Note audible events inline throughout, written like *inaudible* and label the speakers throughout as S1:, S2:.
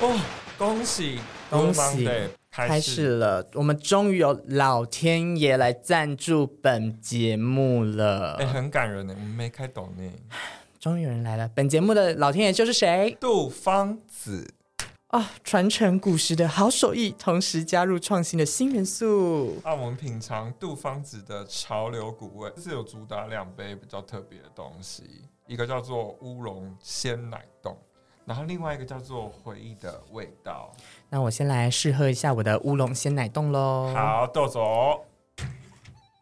S1: 哦，恭喜
S2: 恭喜
S1: 对，
S2: 开始了，我们终于有老天爷来赞助本节目了。
S1: 哎、很感人呢，我们没开懂呢。
S2: 终于有人来了，本节目的老天爷就是谁
S1: 杜芳子，
S2: 啊？传承古时的好手艺，同时加入创新的新元素。
S1: 啊，我们品尝杜芳子的潮流古味，这次有主打两杯比较特别的东西，一个叫做乌龙鲜奶冻，然后另外一个叫做回忆的味道。
S2: 那我先来试喝一下我的乌龙鲜奶冻喽。，
S1: 好，豆总，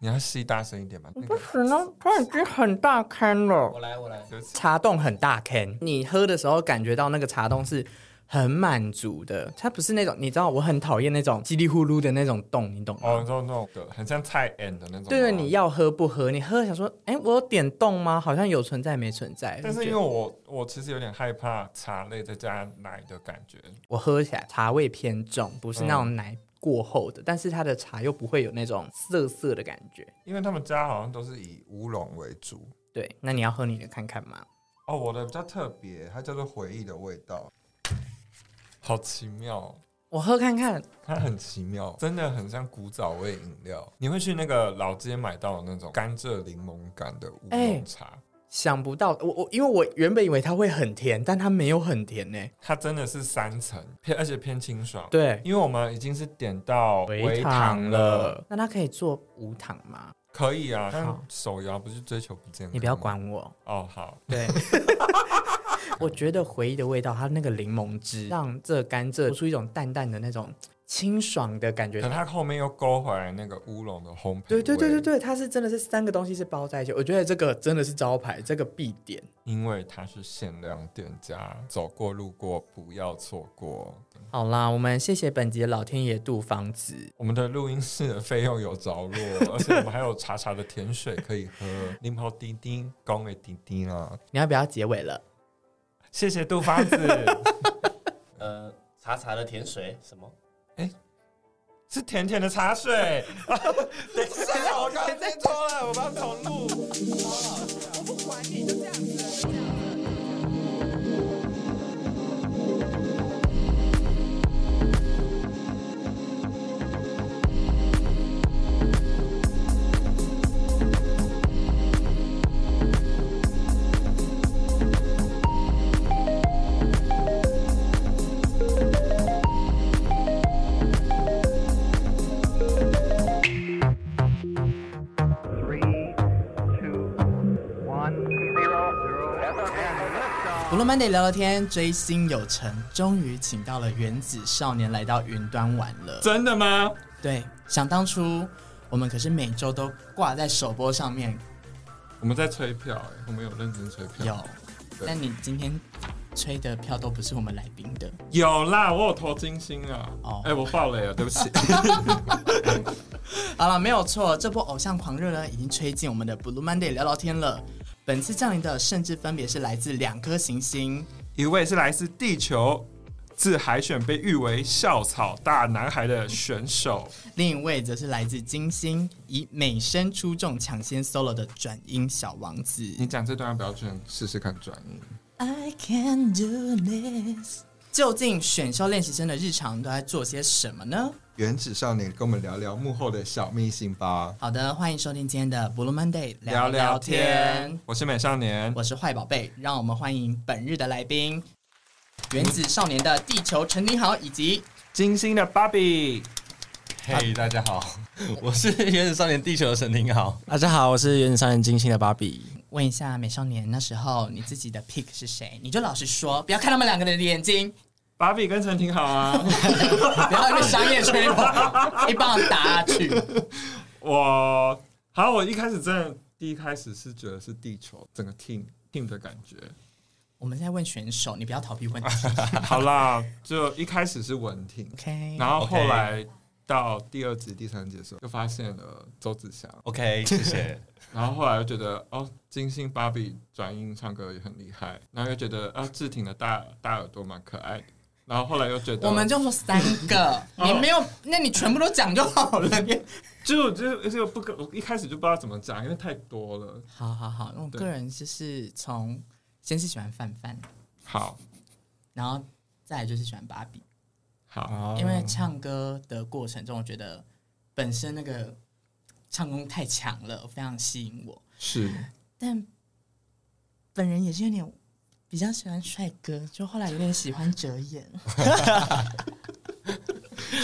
S1: 你要吸大声一点吧。那
S2: 不
S1: 个，
S2: 行了，它已经很大坑了。
S3: 我来，我来。
S1: 对不起
S2: 茶冻很大坑，你喝的时候感觉到那个茶冻是很满足的，它不是那种你知道我很讨厌那种叽里呼噜的那种冻，你懂吗？
S1: 哦，你知道那种的，很像菜 end 的那种吗。
S2: 对对，你要喝不喝？你喝想说，哎，我有点冻吗？好像有存在没存在。
S1: 但是因
S2: 就
S1: 为
S2: 哎觉得
S1: 我我其实有点害怕茶类再加奶的感觉，
S2: 我喝起来茶味偏重，不是那种奶过后的，但是它的茶又不会有那种涩涩的感觉。
S1: 因为他们家好像都是以乌龙为主。
S2: 对，那你要喝你的看看嘛。
S1: 哦，我的比较特别，它叫做回忆的味道，好奇妙哦，
S2: 我喝看看，
S1: 它很奇妙，真的很像古早味饮料。你会去那个老街买到那种甘蔗柠檬感的乌
S2: 哎
S1: 龙茶，
S2: 想不到我我因为我原本以为它会很甜，但它没有很甜呢、
S1: 它真的是三层，偏而且偏清爽。，
S2: 对，
S1: 因为我们已经是点到
S2: 微
S1: 糖
S2: 糖
S1: 了，
S2: 了。那它可以做无糖吗？
S1: 可以啊，但
S2: 好
S1: 手摇不是追求不健康，
S2: 你不要。管我。
S1: 哦，好，
S2: 对。 *laughs* 我觉得回忆的味道，它那个柠檬汁让这甘蔗出一种淡淡的那种清爽的感觉
S1: 可。它后面又勾回来那个乌龙的烘焙。
S2: 对对对对，对，它是真的是三个东西是包在一起，我觉得这个真的是招牌，这个必点。
S1: 因为它是限量店家，走过路过不要错过。
S2: 好啦，我们谢谢本集的老天爷杜芳子，
S1: 我们的录音室的费用有着落，而且我们还有茶茶的甜水可以喝，柠檬滴滴，恭维滴滴啦！
S2: 你要不要结尾了？
S1: 谢谢杜芳
S2: *laughs*
S1: 子，
S3: 呃，茶茶的甜水什么？
S1: 是甜甜的茶水。 *laughs* 等一下，我刚刚在错了，我帮重录。
S4: three, two, one, zero, zero, and liftoff.
S2: 我罗曼得聊聊天，追星有成，终于请到了原子少年来到云端玩了。
S1: 真的吗？
S2: 对，想当初我们可是每周都挂在首播上面
S1: 我们在吹票、欸，我们有认真吹票。
S2: 有，
S1: 对
S2: 但你今天吹的票都不是我们来宾的，
S1: 有啦，我有投金星啊！哎、
S2: 哦
S1: 我爆雷了，对不起。
S2: 好了，没有错，这波偶像狂热呢，已经吹进我们的 Blue Monday 聊聊天了。本次降临的甚至分别是来自两颗行星，
S1: 一位是来自地球，自海选被誉为校草大男孩的选手。
S2: 另一位则是来自金星，以美声出众抢先 solo 的转音小王子。
S1: 你讲这段要不要去试试看转音？
S2: I can do this。究竟选秀练习生的日常都在做些什么呢？
S1: 原子少年跟我们聊聊幕后的小秘辛吧，
S2: 好的，欢迎收听今天的 Blue Monday 聊聊
S1: 聊
S2: 天。。
S1: 我是美少年，
S2: 我是坏宝贝，让我们欢迎本日的来宾，原子少年的地球陈林豪以及
S1: 金星的芭比。
S3: 嘿，大家好，我是原始少年地球的沈廷豪。
S5: 大家好，我是原子少年金星的芭比。
S2: 问一下美少年，那时候你自己的 pick 是谁？你就老实说，不要看他们两个人的眼睛，
S1: 芭比跟陈挺好 *laughs* 啊。
S2: 不要被商业吹捧，一棒打下去。
S1: 我好，我一开始真的第一开始是觉得是地球整个 team team 的感觉。
S2: 我们在问选手，你不要逃避问题。
S1: 好啦，就一开始是文婷，*laughs*
S2: OK，
S1: 然后后
S3: OK
S1: 来到第二集、第三集的时候，就发现了周子祥，
S3: OK，谢哎谢。
S1: 然后后来又觉得哦，金星芭比转音唱歌也很厉害，然后又觉得啊，志挺的大大耳朵蛮可爱的，然后后来又觉得
S2: 我们就说三个，你没
S1: 哦
S2: 有，那你全部都讲就好
S1: *laughs*
S2: 了。你
S1: 就就就不跟我一开始就不知道怎么讲，因为太多了。
S2: 好好好，那我个人就是从先是喜欢范范，
S1: 好，
S2: 然后再来就是喜欢芭比，
S1: 好，
S5: 哦
S2: 因为唱歌的过程中，我觉得本身那个唱功太强了，非常吸引我。
S1: 是
S2: 但本人也是有点比较喜欢帅哥，就后来有点喜欢哲言。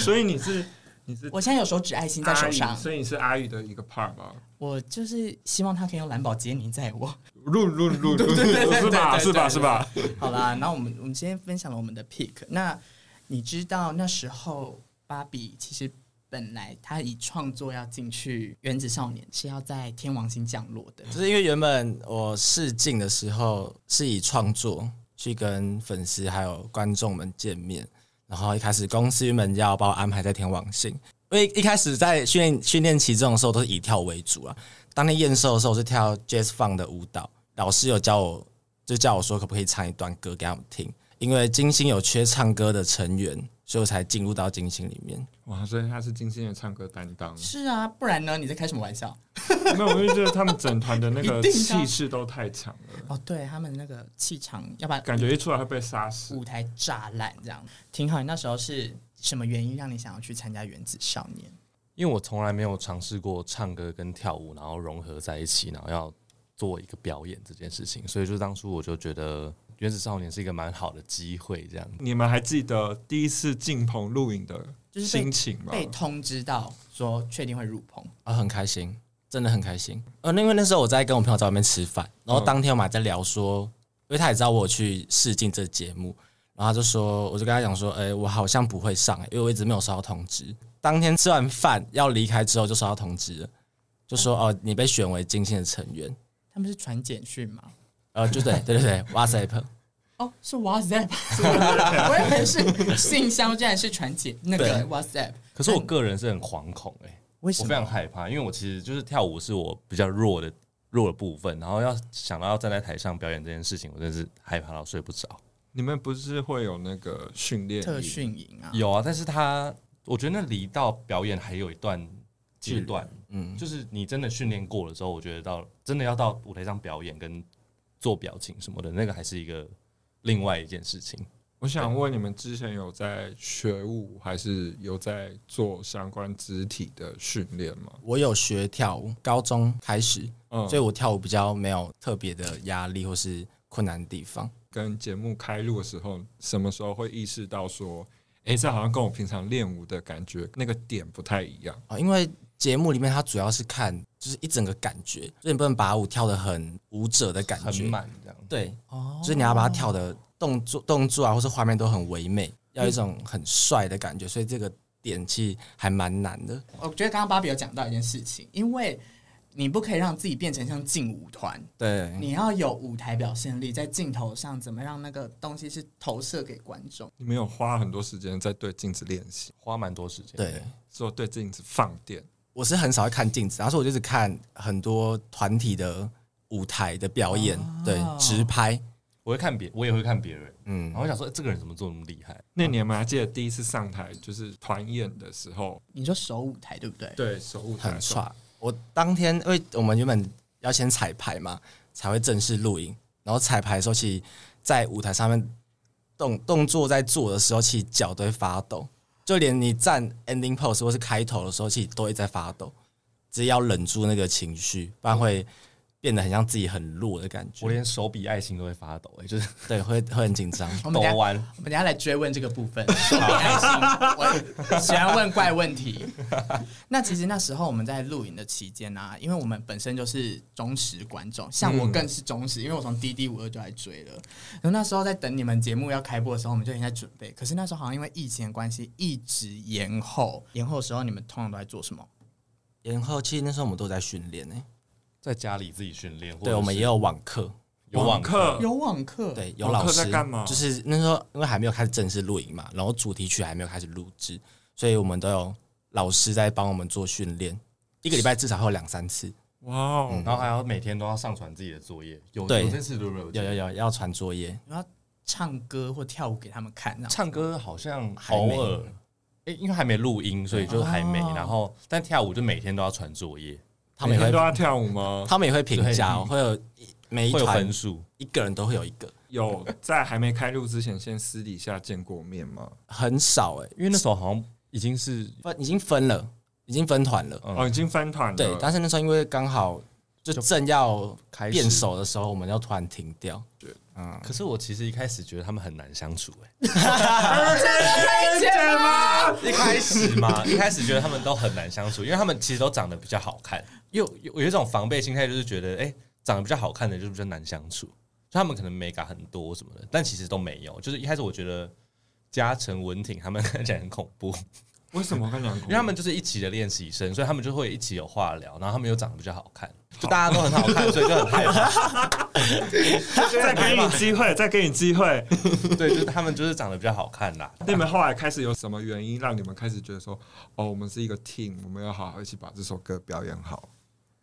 S6: 所以你是你是
S2: 我现在有手指爱心在手
S1: 阿
S2: 上
S1: 宇，所以你是阿宇的一个 part 吗？
S2: 我就是希望他可以用蓝宝杰尼载我。
S1: 录录录录，是吧？是吧？是吧？
S2: 好啦，那我们我们今天分享了我们的 pick。那你知道那时候芭比其实本来她以创作要进去原子少年是要在天王星降落的，
S5: 就是因为原本我试镜的时候是以创作去跟粉丝还有观众们见面，然后一开始公司们要把我安排在天王星，因为一开始在训练训练期中的时候都是以跳为主啊。当天验收的时候我是跳 Jazz Funk 的舞蹈，老师有教我，就叫我说可不可以唱一段歌给他们听，因为金星有缺唱歌的成员，所以我才进入到金星里面。
S1: 哇，所以他是金星的唱歌担当。
S2: 是啊，不然呢？你在开什么玩笑？
S1: 没有，我就觉得他们整团的那个
S2: *laughs* 一定的啊
S1: 气势都太强了，
S2: 哦，对他们那个气场，要把
S1: 感觉一出来会被杀死。
S2: 舞台炸烂，这样挺好。你那时候是什么原因让你想要去参加原子少年？
S7: 因为我从来没有尝试过唱歌跟跳舞，然后融合在一起，然后要做一个表演这件事情，所以就当初我就觉得《原子少年》是一个蛮好的机会，这样。
S1: 你们还记得第一次进棚录影的
S2: 就是
S1: 心
S2: 被
S1: 情吗？
S2: 被通知到说确定会入棚，
S5: 啊，很开心，真的很开心。呃，因为那时候我在跟我朋友在外面吃饭，然后当天我们还在聊说，因为他也知道我有去试镜这节目，然后他就说，我就跟他讲说，哎、我好像不会上、欸因为我一直没有收到通知。当天吃完饭要离开之后就收到通知了，就说哦，你被选为金星的成员。
S2: 他们是传简讯吗？
S5: 呃，就对对对对，WhatsApp，
S2: 哦，是 WhatsApp，我以为是信箱，竟然是传简那个
S5: 对
S2: WhatsApp。
S7: 可是我个人是很惶恐哎、
S2: 为
S7: 我非常害怕，因为我其实就是跳舞是我比较弱的弱的部分，然后要想到要站在台上表演这件事情，我真的是害怕到睡不着。
S1: 你们不是会有那个训练营
S2: 特？训营啊？
S7: 有啊，但是他我觉得那离到表演还有一段阶段，
S5: 嗯，
S7: 就是你真的训练过了之后，我觉得到真的要到舞台上表演跟做表情什么的，那个还是一个另外一件事情。
S1: 我想问你们之前有在学舞，还是有在做相关肢体的训练吗？
S5: *laughs* 我有学跳舞，高中开始，
S1: 嗯，
S5: 所以我跳舞比较没有特别的压力或是困难的地方。
S1: 跟节目开录的时候，什么时候会意识到说，哎、这好像跟我平常练舞的感觉那个点不太一样？
S5: 啊，因为节目里面它主要是看就是一整个感觉，所以你不能把舞跳得很舞者的感
S7: 很
S5: 觉，
S7: 满这样。
S5: 对，
S2: 哦
S5: 就是你要把它跳的动作动作啊，或是画面都很唯美，要有一种很帅的感觉，所以这个点其实还蛮难的。
S2: 我觉得刚刚芭比有讲到一件事情，因为你不可以让自己变成像劲舞团，
S5: 对，
S2: 你要有舞台表现力，在镜头上怎么让那个东西是投射给观众。
S1: 你们有花很多时间在对镜子练习，
S7: 花蛮多时间。
S5: 对，
S1: 做对镜子放电。
S5: 我是很少会看镜子，然后我就是看很多团体的舞台的表演，对，直拍，
S7: 我会看别，我也会看别人，
S5: 嗯
S7: 然，后我想说、欸这个人怎么做那么厉害？
S1: 那你们还记得第一次上台就是团演的时候，
S2: 你说手舞台对不对？
S1: 对手舞台
S5: 很差。我当天因为我们原本要先彩排嘛，才会正式录影。然后彩排的时候，其实在舞台上面动动作在做的时候，其实脚都会发抖，就连你站 ending pose 或是开头的时候，其实都会在发抖。只要忍住那个情绪，不然会变得很像自己很弱的感觉。
S7: 我连手比爱心都会发抖、欸，就是
S5: 对，会会很紧张。
S2: 我们等
S7: 抖
S2: 一下
S7: 完
S2: 我们等一下来追问这个 *laughs* 部分。手比爱心，我喜欢问怪问题。 *laughs* 那其实那时候我们在录影的期间呢、因为我们本身就是忠实观众，像我更是忠实，因为我从滴滴五二就来追了。然后那时候在等你们节目要开播的时候，我们就已经在准备。可是那时候好像因为疫情的关系一直延后，延后的时候你们通常都在做什么？
S5: 然后其实那时候我们都在训练呢，
S7: 在家里自己训练，或者
S5: 对，我们
S7: 是
S5: 也有网课，
S7: 有网课，
S2: 有网课，
S5: 对，有
S1: 网
S5: 老
S1: 课
S5: 师
S1: 在干嘛
S5: 就是那时候因为还没有开始正式录影嘛，然后主题曲还没有开始录制，所以我们都有老师在帮我们做训练，一个礼拜至少会有两三次。
S1: 哇哦！
S5: 嗯
S7: 然后还要每天都要上传自己的作业。有
S5: 对
S7: 有这次对不对？我记
S5: 有
S7: 得
S5: 有有要传作业，
S2: 你要唱歌或跳舞给他们看，然后
S7: 唱歌好像
S5: 还
S7: 偶
S5: 没
S7: 尔，诶，因为还没录音，所以就还没。然后但跳舞就每天都要传作业，
S5: 他们也
S1: 每天都
S5: 会
S1: 要跳舞吗？
S5: 他们也会评价哦，会有每一
S7: 会有
S5: 团
S7: 分数，
S5: 一个人都会有一个，
S1: 有在还没开录之前先私底下见过面吗？
S5: 很少哎、
S7: 因为那时候好像已经是
S5: 分已经分了，已经分团了。
S7: 嗯
S1: 哦，已经分团了。
S5: 对，但是那时候因为刚好就正要
S7: 开始
S5: 变熟的时候，我们要突然停掉。
S7: 可是我其实一开始觉得他们很难相处、欸， *laughs* 一开始嘛，一开始觉得他们都很难相处，因为他们其实都长得比较好看，有有有一种防备心态，就是觉得哎、诶长得比较好看的就比较难相处，就他们可能美感很多什么的，但其实都没有。就是一开始我觉得嘉诚、文挺他们 *laughs* 看起来很恐怖，
S1: 为什么跟两
S7: 因为他
S1: *laughs*
S7: 们就是一起的练习生，所以他们就会一起有话聊，然后他们又长得比较好看，就大家都很好看，所以就很害怕。
S1: 再给你机会，再给你机会。
S7: 对，就是他们就是长得比较好看啦。
S1: 那你们后来开始有什么原因让你们开始觉得说，哦，我们是一个 team，我们要好好一起把这首歌表演好？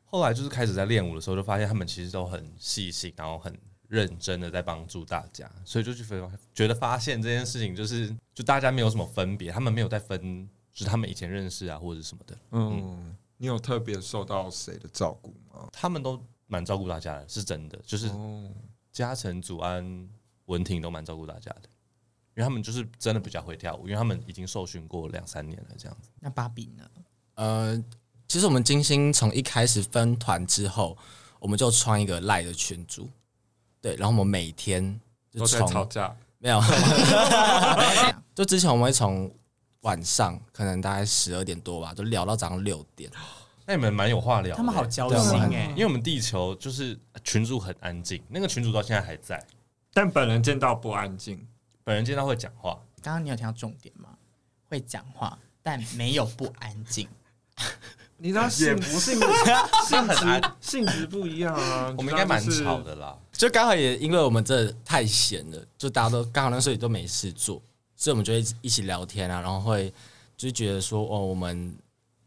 S7: 后来就是开始在练舞的时候，就发现他们其实都很细心，然后很认真的在帮助大家，所以就去发觉得发现这件事情就是就大家没有什么分别，他们没有在分，就是他们以前认识啊或者什么的，
S1: 嗯，你有特别受到谁的照顾吗？
S7: 他们都蛮照顾大家的，是真的，就是
S1: 哦，
S7: 嘉诚、祖安、文婷都蛮照顾大家的。因为他们就是真的比较会跳舞，因为他们已经受训过两三年了，这样子。
S2: 那芭比呢？
S5: 呃，其实我们金星从一开始分团之后，我们就创一个赖的群组，对，然后我们每天就
S1: 都在吵
S5: 从
S1: 架。
S5: 没有， *laughs* 就之前我们会从晚上可能大概十二点多吧，就聊到早上六点，
S7: 那你们蛮有话聊的，
S2: 他们好交
S5: 对我
S2: 心
S5: 们
S2: 哎
S7: 啊因、为我们地球就是呃群主很安静，那个群主到现在还在，
S1: 但本人见到不安静，
S7: 本人见到会讲话，
S2: 刚刚你有听到重点吗？会讲话，但没有不安静。
S1: 你 *laughs* 知道性不性性质性质不一样啊？
S7: 我们应该蛮吵。的啦。
S5: 就刚好也因为我们这太闲了，就大家都刚好那时候也都没事做，所以我们就会一起聊天啊，然后会就觉得说哦，我们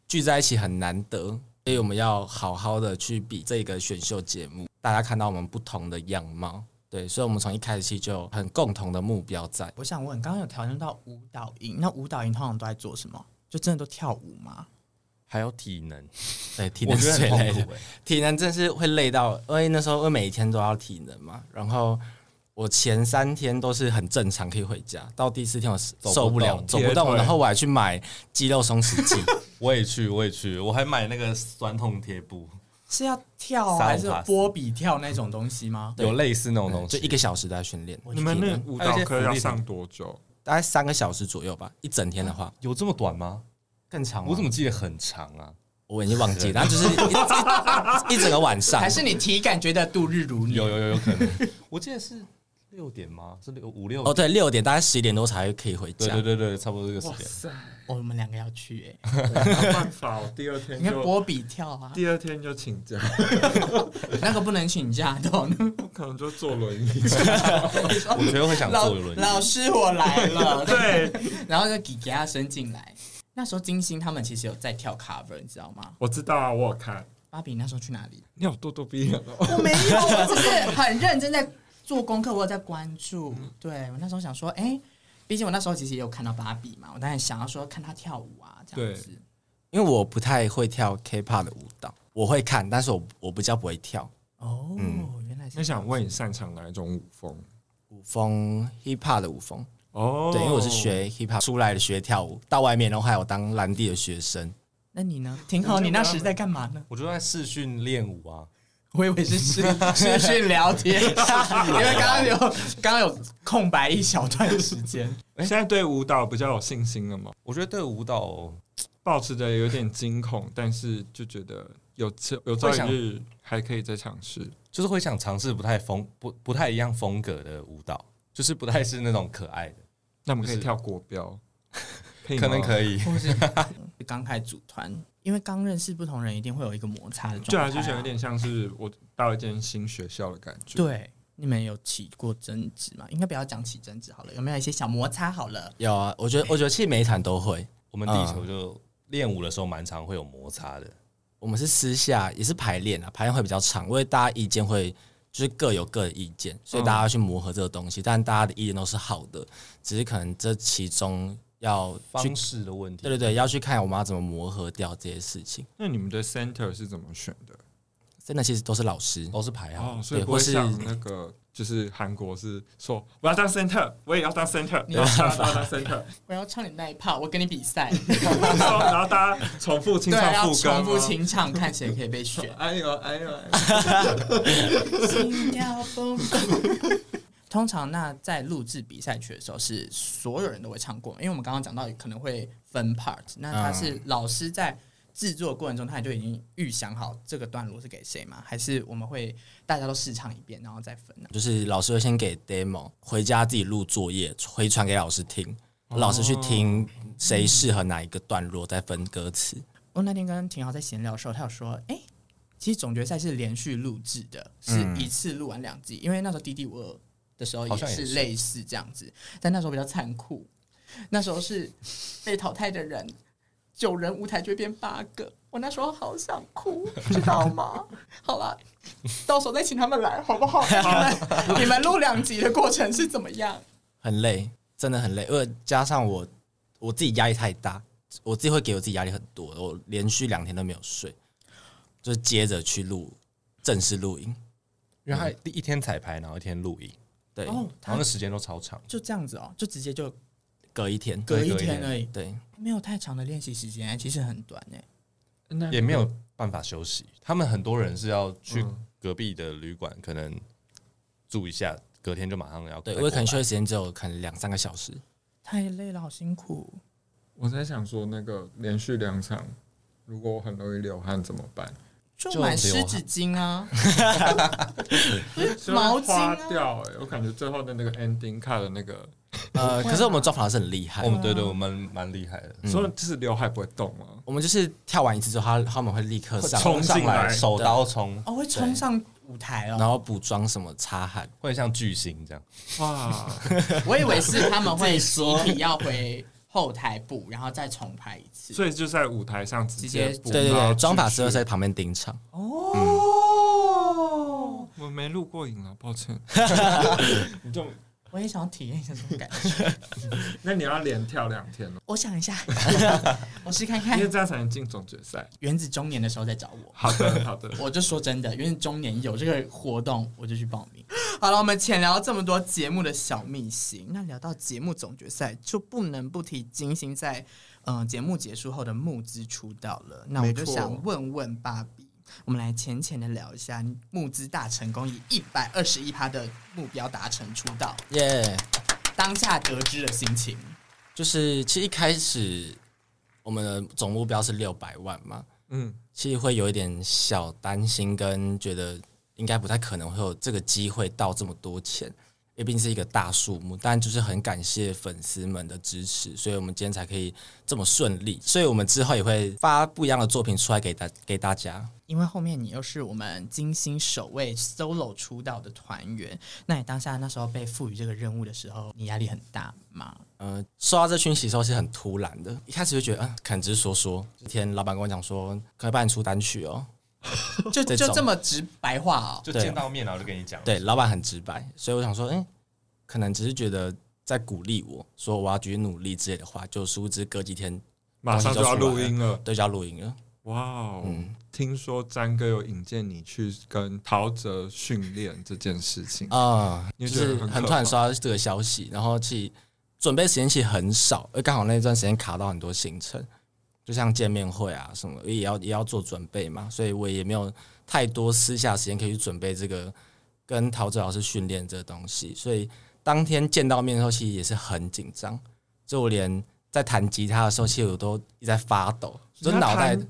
S5: 聚在一起很难得，所以我们要好好的去比这个选秀节目，大家看到我们不同的样貌。对，所以我们从一开始起就有很共同的目标在。
S2: 我想问，刚刚有讨论到舞蹈营，那舞蹈营通常都在做什么？就真的都跳舞吗？
S7: 还有体能，
S5: 对，体
S7: 我
S5: 能
S7: 觉
S5: 是
S7: 得
S5: 哎
S7: 很
S5: 最累
S7: 痛
S5: 的
S7: 苦、，欸。
S5: 体能真是会累到，因为那时候因为每天都要体能嘛，然后我前三天都是很正常可以回家，到第四天我
S7: 动
S5: 受不了，走不
S1: 跌退
S5: 动，然后我还去买肌肉松弛
S7: *laughs*
S5: 剂，
S7: 我也去，我也去，我还买那个酸痛贴布，
S2: 是要跳啊
S7: 萨
S2: 还是
S7: 瓦帕斯
S2: 波比跳那种东西吗？
S7: 有类似那种东
S5: 就
S7: 西。
S5: 一个小时都在训练，
S1: 你们那舞蹈课要
S7: 还有一些福利
S1: 上多久？
S5: 大概三个小时左右吧，一整天的话
S7: 有这么短吗？
S5: 更长
S7: 我怎么记得很长啊？
S5: 我已经忘
S7: *laughs*
S5: 记了，然后就是一一一整个晚上
S2: 还，是你体感觉得度日如年？
S7: 有有有有可能， *laughs* 我记得是六点吗？是六五六
S5: 哦对，六点大概十一点多才可以回
S7: 对
S5: 家
S7: 对，对对，差不多这个时
S1: 哇
S7: 间。
S1: 塞，
S2: 哦我们两个要去哎、
S1: 没有办法，我第二天
S2: 你看
S1: 就
S2: 波比跳啊，
S1: *laughs* 第二天就请 *laughs* 假，
S2: *laughs* 那个不能请假的哦。
S1: 我可能就坐轮椅。
S7: 我觉得会想
S2: 老
S7: 坐轮椅。
S2: 老师，我来了。
S1: *laughs* 对，
S2: 然后就给给他伸进来。那时候金星他们其实有在跳 cover，你知道吗？
S1: 我知道啊，我有看。
S2: 芭比你那时候去哪里？
S1: 你有咄咄逼人 *laughs* 哦。
S2: 我没有，我 *laughs* 只是很认真在做功课，我有在关注。对我那时候想说，哎、毕竟我那时候其实也有看到芭比嘛，我当然想要说看她跳舞啊，这样子。
S5: 因为我不太会跳 K-pop 的舞蹈，我会看，但是我我比较不会跳
S2: 哦，原来是
S1: 那想问你擅长哪一种舞风？
S5: 舞风 hip-hop 的舞风。
S1: 哦
S5: 对，因为我是学 hip hop 出来的，学跳舞，到外面，然后还有当兰地的学生，
S2: 那你呢？挺好，你那时在干嘛呢？
S7: 我就在试训练舞啊，
S2: 我以为 *laughs* 是视视讯聊 *laughs* 天，因为刚刚有刚刚有空白一小段时间。
S1: 现在对舞蹈比较有信心了吗？
S7: 我觉得对舞蹈
S1: 保持着有点惊恐，但是就觉得有朝有朝一日还可以再尝试。
S7: 就是会想尝试不太风不不太一样风格的舞蹈，就是不太是那种可爱的，
S1: 那我们可以
S7: 就是
S1: 跳国标，可以
S7: 可能
S1: 以。
S7: 可以。
S2: 或是刚开始组团，因为刚认识不同人，一定会有一个摩擦的
S1: 对啊，
S2: 状态、
S1: 就是有点像是我到一间新学校的感觉。，
S2: 对。你们有起过争执吗？应该不要讲起争执好了，有没有一些小摩擦好了？
S5: 有啊，我觉得我觉得其实每一团都会，
S7: 我们地球就练舞的时候蛮常会有摩擦的，
S5: 我们是私下也是排练啊，排练会比较长，因为大家意见会就是各有各的意见，所以
S1: 嗯
S5: 大家要去磨合这个东西，但大家的意见都是好的，只是可能这其中要去
S7: 方，式的问题。
S5: 对对对，要去看我们要怎么磨合掉这些事情。
S1: 那你们的 center 是怎么选的？
S5: 真的其实都是老师，
S7: 都是排好
S1: 哦，。所以
S5: 对
S1: 不会
S5: 或是
S1: 像那个就是韩国是说我要当 center，我也要当 center，然后大家都要当 center，
S2: 我要唱你那一趴，我跟你比赛，
S1: 说 *laughs* 然后大家重复清
S2: 对，啊
S1: 唱
S2: 要
S1: 副歌吗，
S2: 重复清唱，看谁可以被选
S1: *laughs* 。哎呦哎呦，哎呦
S2: 心跳蹦。通常那在录制比赛曲的时候，是所有人都会唱过，因为我们刚刚讲到可能会分 part，那他是老师在制作过程中，他就已经预想好这个段落是给谁吗？还是我们会大家都试唱一遍，然后再分呢？
S5: 就是老师会先给 demo，回家自己录作业，回传给老师听，老师去
S2: 哦
S5: 听谁适合哪一个段落，再分歌词。
S2: 我那天跟廷豪在闲聊的时候，他有说，哎、其实总决赛是连续录制的，是一次录完两季，因为那时候《D D 五二》的时候
S7: 嗯好像也
S2: 是
S7: 是
S2: 类似这样子，但那时候比较残酷，那时候是被淘汰的人九人舞台就会变八个，我那时候好想哭，知道吗？好啦，到时候再请他们来好不好？你
S7: *laughs*
S2: 们你们录两集的过程是怎么样？
S5: 很累，真的很累。因为加上我我自己压力太大，我自己会给我自己压力很多。我连续两天都没有睡，就是接着去录正式录音。
S7: 因为他第一天彩排，然后一天录影，
S5: 对，
S2: 哦，
S7: 然后
S2: 他
S7: 那时间都超长，
S2: 就这样子哦，就直接就
S5: 隔一天，
S2: 隔一
S7: 隔一
S2: 天
S7: 天
S2: 而已，
S5: 对，
S2: 没有太长的练习时间，其实很短哎、
S7: 也没有办法休息。他们很多人是要去隔壁的旅馆，可能住一下，隔天就马上要再
S5: 对
S7: 过来。
S5: 我可能休息时间只有可能两三个小
S2: *laughs*
S5: 时。
S2: 太累了，好辛苦。
S1: 我在想说那个连续两场，如果我很容易流汗怎么
S2: *laughs*
S1: 办？
S2: 就
S7: 就
S2: 买
S7: 流
S2: 湿
S7: 汗
S2: 纸巾啊，毛巾
S1: 花
S2: 啊
S1: 掉哎、我感觉最后的那个 ending 卡的那个，
S5: 呃，可是我们妆法还是很厉害，
S7: 我们对对，我们蛮厉害的。
S2: 嗯
S1: 所以就是刘海不会动吗？
S5: 我们就是跳完一次之后，他他们会立刻上，
S1: 冲进来
S7: 手刀冲，
S2: 哦，会冲上舞台
S5: 然
S2: 哦。
S5: 后补妆什么擦汗。
S7: 会像巨星这样。
S1: 哇，
S2: 我以为是他们会集体要回后台补，然后再重拍一
S1: *laughs*
S2: 次。
S1: 所以就在舞台上直接
S2: 直接
S1: 补
S5: 对对
S1: 然后继
S5: 对，
S1: 续
S5: 妆法师会在旁边盯场。
S2: 哦，
S1: 我没录过影啊，抱
S5: *laughs*
S1: 歉。你就
S2: 我也想要体验一下这种感觉。
S1: 那你要连跳两天哦，
S2: 我想一下，我试看
S5: 哎
S2: 看
S1: 因为。这样才能进总决赛。
S2: 原子中年的时候再找我。
S1: 好的，好
S5: *laughs*
S1: 的。
S2: 我就说真的，原子中年有这个活动，我就去报名。 *gasps* 好了，我们浅聊这么多节目的小秘辛，那聊到节目总决赛，就不能不提金星在嗯、呃节目结束后的募资出道了。那我
S1: 没
S2: 就
S1: 错
S2: 想问问芭比，我们来浅浅的聊一下募资大成功，以一百二十一趴的目标达成出道，
S5: 耶、
S2: 当下得知的心情。
S5: 就是其实一开始我们的总目标是六百万嘛，
S1: 嗯，
S5: 其实会有一点小担心，跟觉得应该不太可能会有这个机会到这么多钱，也毕竟是一个大数目。但就是很感谢粉丝们的支持，所以我们今天才可以这么顺利。所以我们之后也会发不一样的作品出来给大给大家。
S2: 因为后面你又是我们金星首位 solo 出道的团员，那你当下那时候被赋予这个任务的时候，你压力很大吗？
S5: 呃，收到这讯息的时候是很突然的，一开始就觉得，嗯、可能只是说说。这天老板跟我讲说，可不可以帮你出单曲哦。
S2: 就
S5: 这
S2: 就
S5: 种
S2: 这么直白话哦，
S7: 就
S5: 对啊
S7: 见到面然后就跟你讲，
S5: 对，老板很直白，所以我想说，哎、可能只是觉得在鼓励我说我要继续努力之类的话，就殊不知隔几天
S1: 马上就要录音了。
S5: 对就要录音了。
S1: 哇哦！
S5: 嗯
S1: 听说詹哥有引荐你去跟陶喆训练这件事情，
S5: 啊、
S1: 你
S5: 就
S1: 觉得
S5: 是
S1: 很
S5: 很
S1: 可
S5: 突然
S1: 怕
S5: 收到这个消息，然后去准备时间其实很少，呃而刚好那段时间卡到很多行程，就像见面会啊什么，也要也要做准备嘛，所以我也没有太多私下时间可以去准备这个跟陶喆老师训练这个东西，所以当天见到面的时候，其实也是很紧张，就我连在弹吉他的时候，其实我都一直在发抖，就
S1: 你要
S5: 脑袋
S1: 弹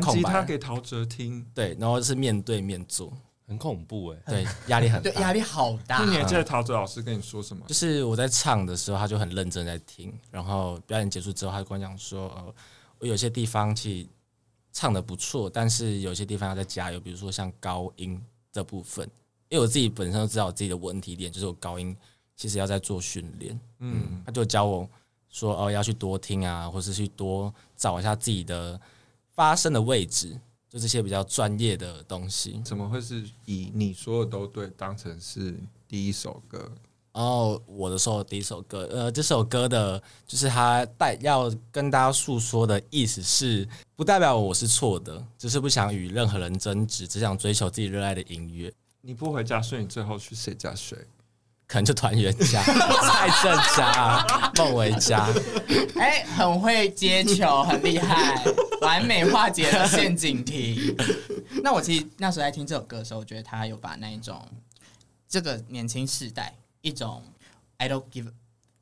S1: 弹
S5: 空
S1: 吉
S5: 白
S1: 他
S5: 了
S1: 给陶喆听。
S5: 对，然后是面对面做，
S7: 很恐怖哎。
S5: 对，压
S1: *laughs*
S5: 力很
S2: 对，
S5: 大，
S2: 压力好大
S5: 啊
S1: 那。你还记得陶喆老师跟你说什么
S5: 就？是我在唱的时候，他就很认真在听，然后表演结束之后，他就跟我讲说，呃，我有些地方其实唱的不错，但是有些地方要再加油，比如说像高音这部分，因为我自己本身都知道我自己的问题点，就是我高音其实要在做训练，
S1: 嗯，
S5: 他就教我说，哦、要去多听啊，或是去多找一下自己的发声的位置，就这些比较专业的东西。
S1: 怎么会是以你说的都对当成是第一首歌？
S5: 然后我的时候第一首歌，呃，这首歌的就是它带要跟大家诉说的意思是，不代表我是错的，只是不想与任何人争执，只想追求自己热爱的音乐，
S1: 你不回家睡，你最后去谁家睡？
S5: 可能就团圆家、 *laughs* 蔡正家、孟维家。
S2: 哎、很会接球，很厉害， *laughs* 完美化解了陷阱题。那我其实那时候在听这首歌的时候，我觉得他有把那一种这个年轻世代一种 I don't give，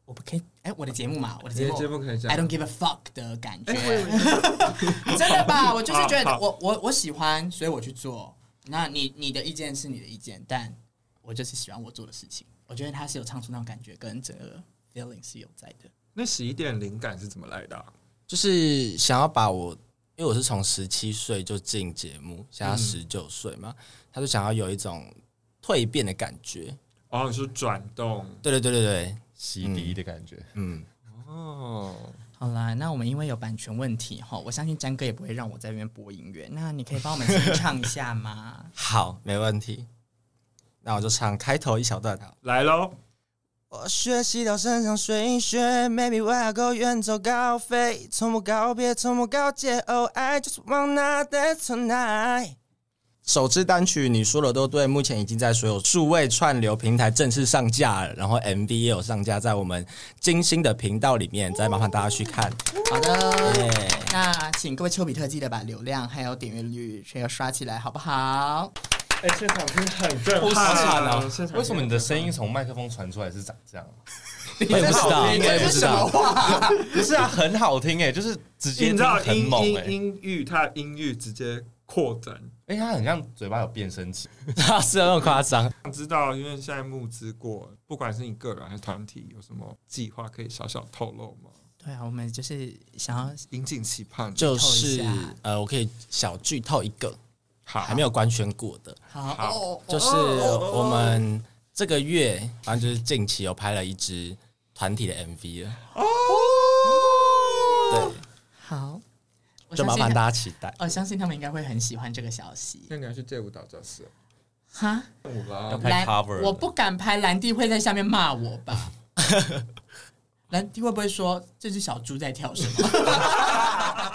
S2: 我不可以，哎、我的节目嘛，我的
S1: 嗯
S2: 节
S1: 你的
S2: 目
S1: 节目可以这
S2: I
S1: 样哎
S2: don't。give a fuck 的感觉， *laughs* 真的吧？我就是觉
S1: *laughs*
S2: 得
S1: 好
S2: 我我我喜欢，所以我去做。那你你的意见是你的意见，但我就是喜欢我做的事情。我觉得他是有唱出那种感觉，跟整个 feeling 是有在的。
S1: 那十一点灵感是怎么来的啊、
S5: 就是想要把我，因为我是从十七岁就进节目，现在十九岁嘛，他就想要有一种蜕变的感觉。
S1: 哦，你说转动
S5: 嗯对对对对对，
S7: 洗涤的感觉。
S5: 嗯，？
S1: 哦，
S2: 好啦，那我们因为有版权问题哈，我相信詹哥也不会让我在这边播音乐。那你可以帮我们清唱一下吗
S5: 好，没问题。那我就唱开头一小段。
S1: 来喽！
S5: 我学习到山上水学，maybe 我要够远走高飞，从不告别，从不告诫，Oh I just wanna dance tonight。首支单曲你说的都对，目前已经在所有数位串流平台正式上架了，然后 MV 也有上架在我们金星的频道里面，再麻烦大家去 *laughs* 看。
S2: *laughs*
S5: 哎
S2: 好的，
S5: 耶
S2: 那请各位丘比特记得把流量还有点阅率全要刷起来，好不好？
S1: 哎、现场听很
S5: 好
S1: 震
S5: 惨啊
S1: 现场
S7: 为什么你的声音从麦克风传出来是长这样？
S5: 我也不知道，我也不
S2: 这
S5: 知
S2: 是什么
S5: 道，
S2: 话？
S7: 不是啊，很好听哎，就是直接
S1: 你
S7: 听
S1: 知道
S7: 很
S1: 音
S7: 猛哎
S1: 音，音域，它的音域直接扩展。
S7: 哎，它很像嘴巴有变声器。
S5: *laughs* 是有那么夸张。
S1: 想知道，因为现在募资过，不管是你个人还是团体，有什么计划可以小小透露吗？
S2: 对啊，我们就是想要
S1: 引颈期盼。
S5: 就是
S2: 透一下
S5: 呃，我可以小剧透一个
S1: 好，
S5: 还没有官宣过的，
S2: 好，
S1: 好
S2: 哦
S5: 就是我们这个月，反正就是近期有拍了一支团体的 MV 了。哦，
S2: 好，我
S5: 对，就麻
S2: 相信他。
S5: 烦大家期待。
S2: 我相信他们应该会很喜欢这个消息。
S1: 那你要去借舞蹈教室？啊
S2: 哈，
S1: 舞
S7: 要
S1: 啦，
S7: 拍
S2: 兰
S7: cover，，
S2: 我不敢拍，兰弟会在下面骂我吧？兰弟会不会说这只小猪在跳什么？ *laughs*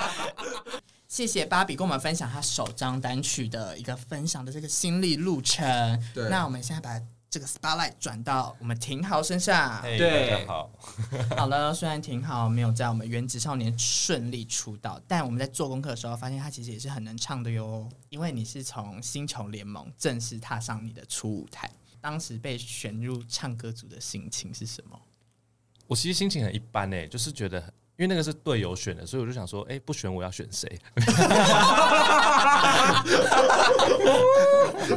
S2: 谢谢芭比跟我们分享她首张单曲的一个分享的这个心历路程。
S1: 对
S2: 那我们现在把这个 spotlight 转到我们廷豪身上。
S7: 嘿
S1: 对
S7: 大家好，
S2: *laughs* 好了，虽然挺好，没有在我们原子少年顺利出道，但我们在做功课的时候发现他其实也是很能唱的哟。因为你是从星球联盟正式踏上你的初舞台，当时被选入唱歌组的心情是什么？
S7: 我其实心情很一般哎，就是觉得很。因为那个是队友选的，所以我就想说，哎、不选我要选谁？ *laughs*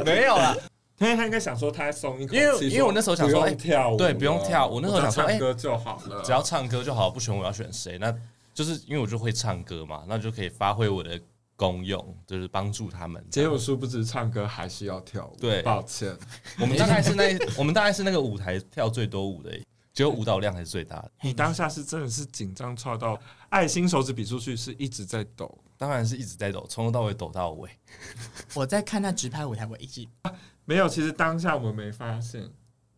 S7: 没有啦，
S1: 他他应该想说他松一口气，
S7: 因为
S1: 说
S7: 因为我那时候想说
S1: 不
S7: 哎
S1: 用跳舞了，
S7: 对不用跳我那时候想说
S1: 我只
S7: 哎
S1: 要唱歌就好了，
S7: 只要唱歌就好，不选我要选谁？那就是因为我就会唱歌嘛，那就可以发挥我的功用，就是帮助他们。
S1: 结果殊不知唱歌还是要跳舞，
S7: 对
S1: 抱歉，
S7: 我们大概是那，我们大概是那个舞台跳最多舞的，只有舞蹈量还是最大的。
S1: 你当下是真的是紧张跳到爱心手指比出去是一直在抖，
S7: 当然是一直在抖，从头到尾抖到尾。
S2: 我在看那直拍舞台，我一直
S1: 没有，其实当下我们没发现，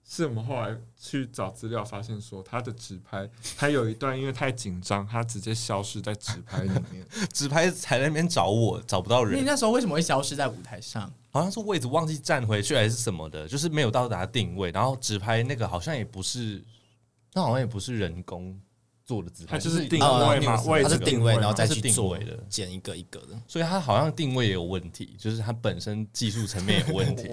S1: 是我们后来去找资料发现说他的直拍，他有一段因为太紧张，他直接消失在直拍里面，
S7: 直拍才在那边找我，找不到
S2: 你
S7: 人，
S2: 那时候为什么会消失在舞台
S7: *laughs*
S2: 上？
S7: 好像是位置忘记站回去还是什么的，就是没有到达定位。然后直拍那个好像也不是，那好像也不是人工做的直拍，
S1: 它就是定
S7: 哦
S1: 位嘛
S7: 那个
S1: 位
S5: 它
S1: 置
S5: 是定位，然后再
S7: 它
S5: 去
S7: 是定
S5: 做
S7: 位的
S5: 剪一个一个的。
S7: 所以它好像定位也有问题，就是它本身技术层面有问 *laughs* 题。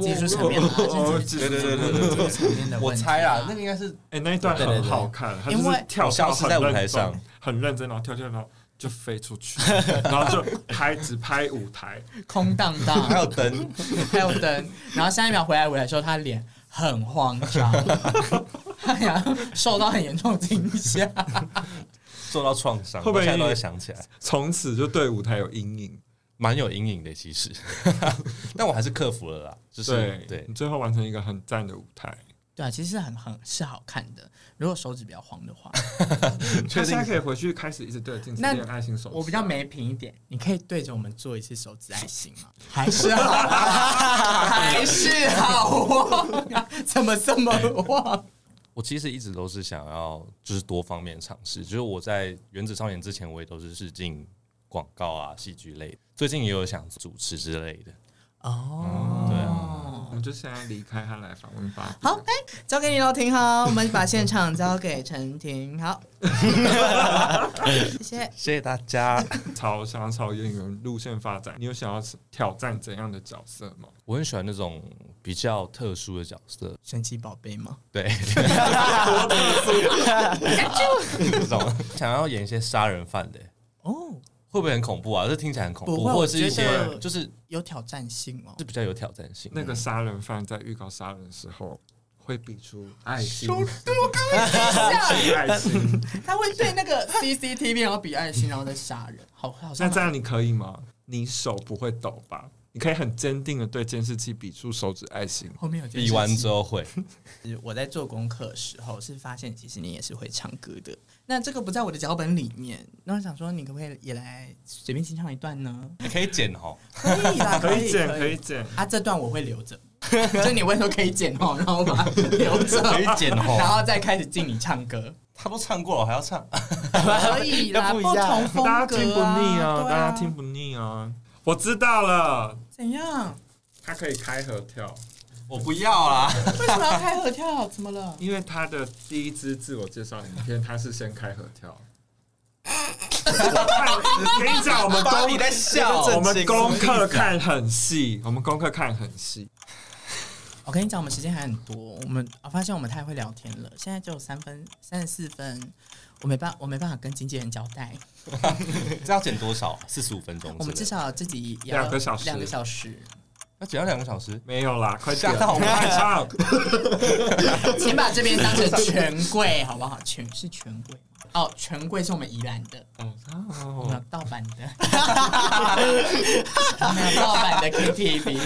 S2: 技术层面的，技术
S7: 哦对对对对对对
S2: 层面的
S7: 我
S2: 问题啊
S7: 猜啦，那个应该是
S1: 哎、那一段
S5: 对对
S1: 很
S5: 对
S1: 好看，他
S2: 因
S1: 就
S2: 为
S1: 是跳
S7: 消
S1: 到
S7: 失
S1: 很
S7: 在舞
S1: 认
S7: 台上
S1: 真，很认真，然后跳跳跳就飞出去，然后就拍只拍舞台，
S2: 空荡荡，
S7: 还有灯，
S2: 还有灯。然后下一秒回来舞台的时候，他脸很慌张， *laughs* 他呀受到很严重的惊吓。
S7: 受到创伤，
S1: 会不会
S7: 我现在都在想起来，
S1: 从此就对舞台有阴影。
S7: 蛮有阴影的其实， *laughs* 但我还是克服了啦。就是
S1: 对，
S7: 对
S1: 你最后完成一个很赞的舞台。
S2: 对啊，其实很很是好看的。如果手指比较黄的话，
S1: 他现在可以回去开始一直对着镜子
S2: 那
S1: 练爱心手势。
S2: *laughs* 我比较没品一点。你可以对着我们做一次手指爱心吗？还是好，还是好。怎么这么旺？
S7: 我其实一直都是想要就是多方面尝试，就是我在《原子少年》之前，我也都是试镜广告啊、戏剧类的，最近也有想主持之类的。
S2: 哦，
S7: 对
S1: 我们就现在离开他来访问吧。
S2: 好，哎、交给你喽，婷好，我们把现场交给陈婷好， *laughs* 谢谢。
S7: 谢谢大家。
S1: 朝想要朝演员路线发展，你有想要挑战怎样的角色吗？
S7: *laughs* 我很喜欢那种比较特殊的角色，
S2: 神奇宝贝吗？
S7: 对， *laughs* 这种想要演一些杀人犯的，
S2: 哦，
S7: 会不会很恐怖啊？这听起来很恐
S2: 不
S7: 怖，
S2: 会
S7: 或者是一
S2: 我觉得
S7: 些就是
S2: 有挑战性哦
S7: 是。比较有挑战性。
S1: 那个杀人犯在预告杀人的时候会比出爱心，爱心。
S2: *laughs* 他会对那 *laughs* 个 CCTV 然后比爱心，然后再杀人，好好
S1: 那
S2: 像
S1: 这样你可以吗？你手不会抖吧？你可以很坚定的对监视器比出手指爱心。
S2: 后面有
S7: 比完之后会， *laughs*
S2: 我在做功课的时候是发现，其实你也是会唱歌的。那这个不在我的脚本里面，那我想说，你可不可以也来随便清唱一段呢？
S7: 你可以剪哦。
S2: 可以啦，
S1: *laughs* 可以
S2: 以
S1: 剪，可以剪。
S2: 啊，这段我会留着。就你问说可以剪哦，然后
S1: *laughs*
S2: 我把它留着，
S7: 可以剪哦
S2: 然后再开始进你唱
S1: *laughs*
S2: 歌，
S7: 他都唱过了，我还要唱？
S2: 可以啦，
S7: 要不一样
S2: 同风格、
S1: 大家听不腻
S2: 啊，
S1: 啊，大
S2: 对
S1: 家听不腻啊。我知道了，
S2: 怎样？
S1: 他可以开合跳，
S7: 我不要啦。
S2: 为什么要开合跳？怎么了？
S1: 因为他的第一支自我介绍影片，他是先开合跳。 *laughs* 我跟你讲，我们
S7: 芭
S1: 公
S7: 比在笑
S1: 我们功课看很细，我们功课看很细。
S2: 我跟你讲，我们时间还很多，我们我发现我们太会聊天了，现在只有三分三十四分，我没办我没办法跟经纪人交代，
S7: 这要剪多少？四十五分钟之类
S2: 我
S7: 的。
S2: 们至少自己也要
S1: 两个小时
S2: 两个小时，
S7: 要剪到两个小时。
S1: 没有啦，快点，
S7: 吓到我
S1: 快
S7: *laughs*
S1: 唱！
S2: 请把这边当成权贵好不好？权是权贵吗哦，权贵是我们宜兰的，我们有
S1: 哦，
S2: 盗版的，我们有盗版的 KTV，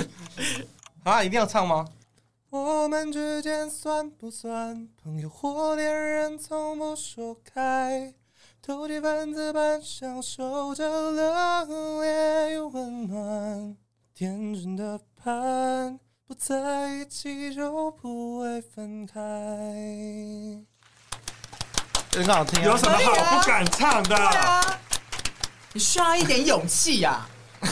S7: 啊，一定要唱吗？我们之间算不算朋友或恋人？从不说开，投机分子般享受着冷冽与温暖，天真的盼，不在一起就不会分开。很好听啊
S1: 有什么好不敢唱 *laughs* 的？啊
S2: 你需要一点勇气呀、
S1: *laughs*
S2: 啊。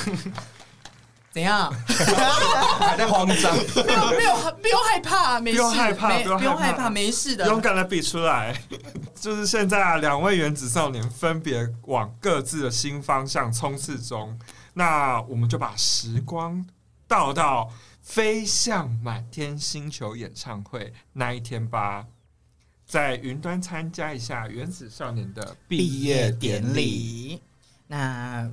S2: 怎样？
S7: 还在慌张？
S2: 没有没有不用害怕，没事，
S1: 不用害怕
S2: 没
S1: 不用害怕
S2: 不用害怕，没事的。
S1: 勇敢的比出来。 *laughs* 就是现在啊，两位原子少年分别往各自的新方向冲刺中。那我们就把时光倒到飞向满天星球演唱会那一天吧，在云端参加一下原子少年的毕业典礼。。
S2: 那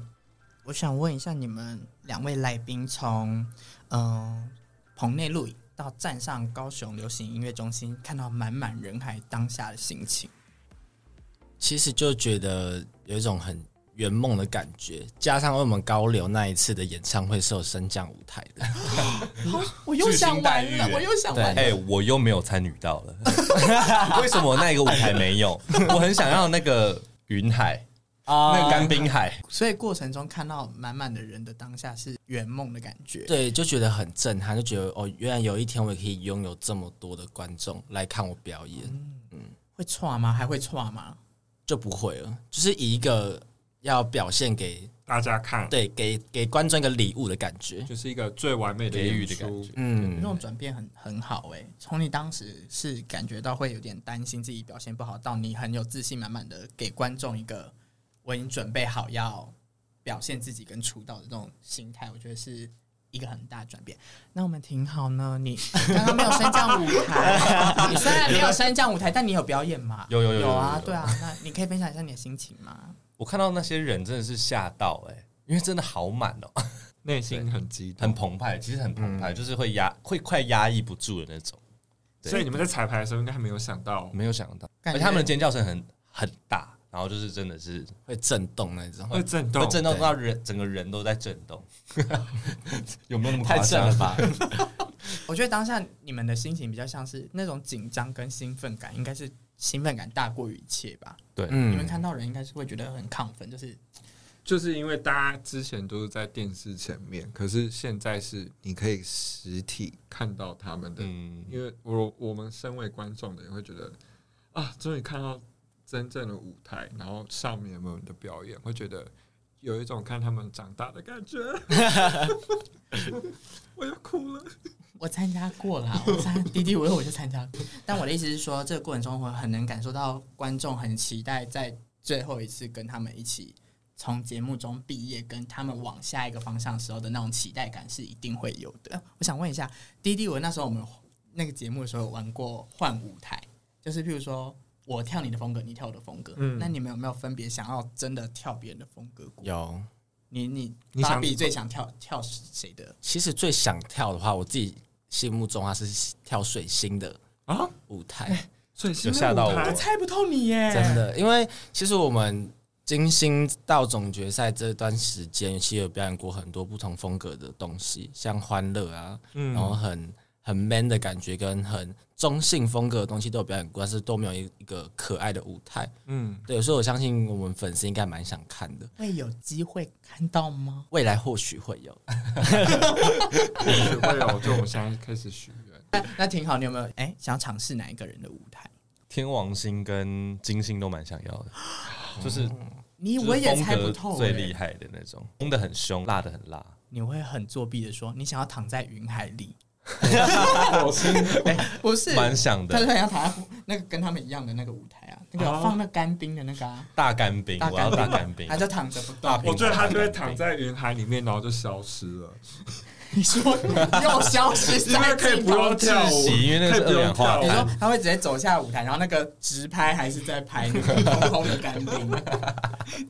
S2: 我想问一下，你们两位来宾从嗯棚内录影到站上高雄流行音乐中心，看到满满人海当下的心情，
S5: 其实就觉得有一种很圆梦的感觉，加上我们高流那一次的演唱会是有升降舞台
S7: *laughs*
S5: 的，
S2: 我又想玩
S7: 巨星
S2: 了
S7: 待，遇
S2: 我又想玩了。
S7: 哎、我又没有参与到 *laughs* 了，为什么那一个舞台没有？我很想要那个云海，
S2: 啊
S7: 那个干冰海，
S2: 所以过程中看到满满的人的当下是圆梦的感觉。
S5: 对，就觉得很震撼，就觉得哦，原来有一天我也可以拥有这么多的观众来看我表演，
S7: 嗯
S2: 会错吗？还会错吗？
S5: 就不会了，就是以一个要表现给
S1: 大家看，
S5: 对给给观众一个礼物的感觉，
S1: 就是一个最完美的
S7: 给予
S1: 演
S7: 的感
S1: 出
S7: 觉。
S2: 那
S5: 嗯，
S2: 种转变很很好哎、从你当时是感觉到会有点担心自己表现不好，到你很有自信满满的给观众一个我已经准备好要表现自己跟出道的这种心态，我觉得是一个很大的转变。那我们挺好呢，
S7: *laughs*
S2: 你刚刚没有升降舞台，你虽然没有升降舞台，但你有表演嘛？
S7: 有有有
S2: 有
S7: 有有
S2: 啊
S7: 有，
S2: 对啊，那你可以分享一下你的心情吗？
S7: 我看到那些人真的是吓到哎、因为真的好满哦、
S1: 内心很激动
S7: 很，澎湃，其实很澎
S2: 嗯
S7: 湃，就是会压，会快压抑不住的那种。对
S1: 所以你们在彩排的时候应该还没有想到
S5: 嗯
S7: 没有想到，
S2: 感
S7: 而
S2: 觉
S7: 且他们的尖叫声很很大，然后就是真的是
S5: 会震动那种，
S1: 会震
S7: 会
S1: 动，
S7: 震动到人，整个人都在震动。 *laughs* 有没有那么
S5: 太震了吧？
S2: 我觉得当下你们的心情比较像是那种紧张跟兴奋感，应该是兴奋感大过于一切吧。
S7: 对，
S2: 你们
S5: 嗯，
S2: 看到人应该是会觉得很亢奋，就是
S1: 就是因为大家之前都是在电视前面，可是现在是你可以实体看到他们的，
S7: 嗯，
S1: 因为我我们身为观众的也会觉得啊，终于看到真正的舞台，然后上面有没有人的表演，会觉得有一种看他们长大的感觉。 *laughs* 我要哭了，
S2: 我参加过啦，我参滴滴我有我就参加过，但我的意思是说，这个过程中我很能感受到观众很期待在最后一次跟他们一起从节目中毕业，跟他们往下一个方向时候的那种期待感是一定会有的。呃我想问一下，滴滴我那时候我们那个节目的时候有玩过换舞台，就是譬如说。我跳你的风格，你跳我的风格。
S1: 嗯
S2: 那你们有没有分别想要真的跳别人的风格过？
S5: 有，
S2: 你你
S1: 你
S2: 芭
S1: 想
S2: 比最想跳跳谁的？
S5: 其实最想跳的话，我自己心目中它啊是跳水星的
S1: 啊
S5: 舞台，
S1: 所以
S7: 有吓到我
S2: 我猜不透你耶！
S5: 真的，哎因为其实我们金星到总决赛这段时间，其实有表演过很多不同风格的东西，像欢乐啊，
S1: 嗯
S5: 然
S7: 哦
S5: 后很很 man 的感觉，跟很中性风格的东西都有表演过，但是都没有一一个可爱的舞台。
S1: 嗯，
S5: 对，所以我相信我们粉丝应该蛮想看的，
S2: 会有机会看到吗？
S5: 未来或许会有。
S1: 就是会有，就我们现在开始许愿。
S2: 那那挺好，你有没有哎、想要尝试哪一个人的舞台？
S7: 天王星跟金星都蛮想要的，就是
S2: 你
S7: 就是
S2: 嗯我也
S7: 风
S2: 猜
S7: 格
S2: 不透、欸
S7: 最厉
S2: 害。
S7: 害的那种，轰的很凶，辣的很辣。
S2: 你会很作弊的说，你想要躺在云海
S1: *laughs*
S2: 里，哎
S7: 我是
S2: *laughs* 不是？
S7: 蛮想
S2: 他
S7: 的
S2: 就，很想躺在那个跟他们一样的那个舞台啊，那个
S1: 哦
S2: 放那干冰的那个啊，
S7: 大干冰，
S2: 大
S7: 我要大干
S2: 干
S7: 冰
S2: 他。就躺着不
S7: 大
S2: 动。
S7: 平
S1: 我觉得他就会
S7: 嗯
S1: 躺在云海里面，然后就消失了，
S2: 你说又消失
S1: 因为
S2: 在
S1: 可以
S2: 镜
S1: 不
S2: 头
S1: 用
S2: 之
S1: 跳舞，
S7: 窒息因为那个
S1: 可以不
S7: 是二
S1: 用
S7: 氧化
S1: 跳
S2: 你
S1: 舞
S2: 说他会直接走下舞台，然后那个直拍还是在拍那个空空的干冰。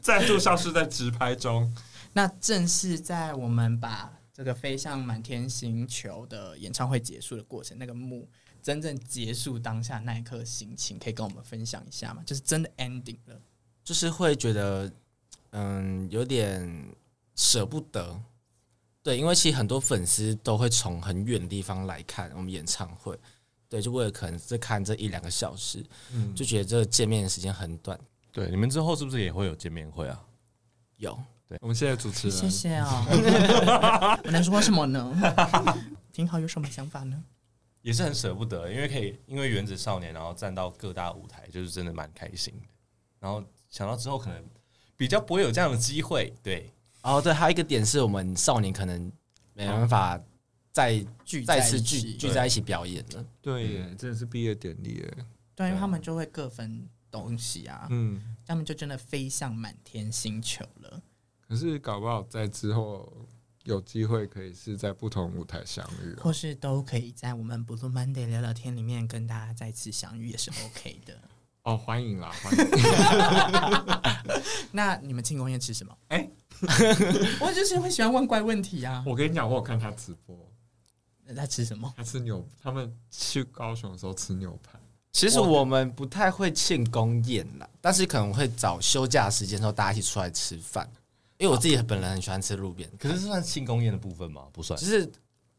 S1: 再度消失在直拍中。
S2: 那正是在我们把这个飞向满天星球的演唱会结束的过程，那个幕真正结束当下那一刻心情，可以跟我们分享一下吗？就是真的 ending 了，
S5: 就是会觉得，嗯，有点舍不得。对，因为其实很多粉丝都会从很远的地方来看我们演唱会，对，就为了可能是看这一两个小时，
S1: 嗯，
S5: 就觉得这个见面的时间很短。
S7: 对，你们之后是不是也会有见面会啊？
S5: 有，
S1: 我们谢谢主持人，
S2: 谢谢啊、 *laughs* 我能说什么呢？挺好，有什么想法呢？
S7: 也是很舍不得，因为可以因为原子少年，然后站到各大舞台，就是真的蛮开心的。然后想到之后可能比较不会有这样的机会，对，
S5: 哦，对，还有一个点是我们少年可能没办法再
S2: 聚在
S5: 再
S2: 一
S5: 次
S2: 起
S5: 哦聚聚在一起表演了。
S1: 对耶，真的是毕业典礼耶。
S2: 对，啊因为他们就会各分东西啊，
S1: 嗯，
S2: 他们就真的飞向满天星球了。
S1: 可是搞不好在之后有机会可以是在不同舞台相遇哦、
S2: 或是都可以在我们 Blue Monday 聊聊天里面跟大家再次相遇也是 OK 的。
S1: 哦，欢迎啦，欢迎！ *laughs*
S2: 那你们庆功宴吃什么？
S1: 哎
S2: *laughs* 我就是会喜欢问怪问题啊。
S1: 我跟你讲，我有看他直播，
S2: 那他吃什么？
S1: 他吃牛，他们去高雄的时候吃牛排。
S5: 其实我们不太会庆功宴啦，但是可能会找休假时间的时候大家一起出来吃饭，哦因为我自己本人很喜欢吃路边
S7: 可是算庆功宴的部分吗？不算
S5: 就，是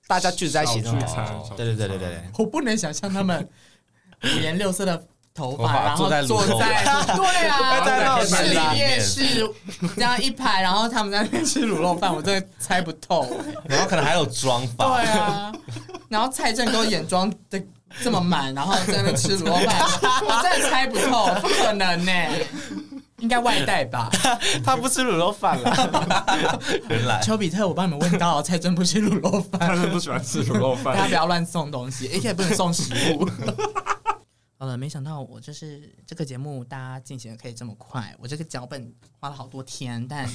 S5: 大家聚在一起那
S1: 小
S5: 种
S1: 聚餐
S5: 感觉。
S1: 小聚餐
S5: 对对对对对对，
S2: 我不能想象他们五颜六色的头
S7: 头发
S2: 发，然后
S7: 坐在炉
S2: 坐
S7: 头
S2: *laughs* 在对啊，
S5: 在那种
S2: 市
S5: 店
S2: 里
S7: 里
S2: 面
S7: 面
S2: 是这样一排，然后他们在那边吃卤肉饭，我真的猜不 *laughs* 透。
S7: 然后可能还有妆
S2: 对
S7: 发，
S2: 啊，然后蔡正哥眼妆的这么满，然后在那边吃卤肉 *laughs* 饭，我真的猜不透，不可能呢、应该外带吧。
S5: 他不吃卤肉饭了， *laughs*
S7: 原
S2: *laughs*
S7: 来
S2: 丘比特，我帮你们问到，蔡真不吃卤肉
S1: *laughs*
S2: 饭。
S1: 他们不喜欢吃卤肉
S2: 大家
S1: 饭
S2: 不。要乱送东西，而且也不能送食物。 *laughs* 好了，没想到我就是这个节目，大家进行的可以这么快。我这个脚本花了好多天，但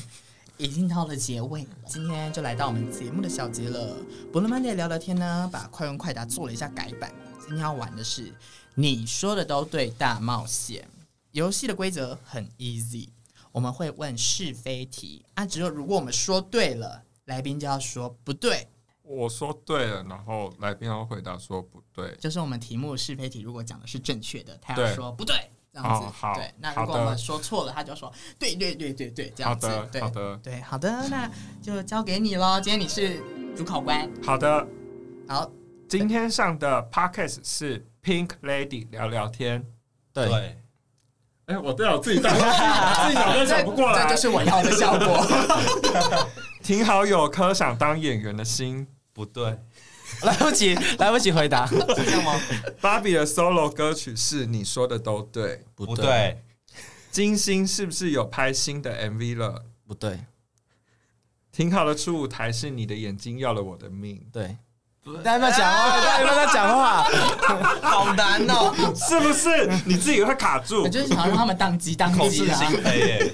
S2: 已经到了结尾了。今天就来到我们节目的小结了。不论慢点聊聊天呢，把快问快答做了一下改版。今天要玩的是你说的都对大冒险。游戏的规则很 easy，我们会问是非题啊，只有如果我们说对了，来宾就要说不对，
S1: *laughs* 我说对了，然后来宾要回答说不对。
S2: 就是我们题目是非题，如果讲的是正确的，他要
S1: 对
S2: 说不对，这样子。
S1: 哦好
S2: 对，那
S1: 好
S2: 如果我
S1: 的
S2: 们说错了，他就说对对对对对，这
S1: 好
S2: 样子。
S1: 的，
S2: 对
S1: 好的，
S2: 对，好的，那就交给你喽。今天你是主考官，
S1: 好的。
S2: 好，
S1: 今天上的 podcast 是 Pink Lady 聊聊天，
S5: 对，
S1: 哎、我对啊 *laughs* 我自己打，自己脑袋转不过来，
S2: 这就是我要的效
S1: *laughs*
S2: 果。
S1: 挺好有颗想当演员的心。
S7: 不对，
S5: 来不及，来不及回答，
S2: 是这样吗？
S1: 芭比的 solo 歌曲是你说的都对。
S5: 不
S7: 不，对，
S1: 金星是不是有拍新的 MV 了？
S5: 不对，
S1: 挺好的初舞台是你的眼睛要了我的命，
S5: 对。大家不哎要讲话，大家不要讲 *laughs* 话，
S2: 好难哦，
S1: 是不是？你自己会卡住
S2: 我。就是想要让他们宕机宕
S7: 口
S2: 机
S7: 是
S2: 啊
S7: 心。
S1: 哎
S7: 非耶。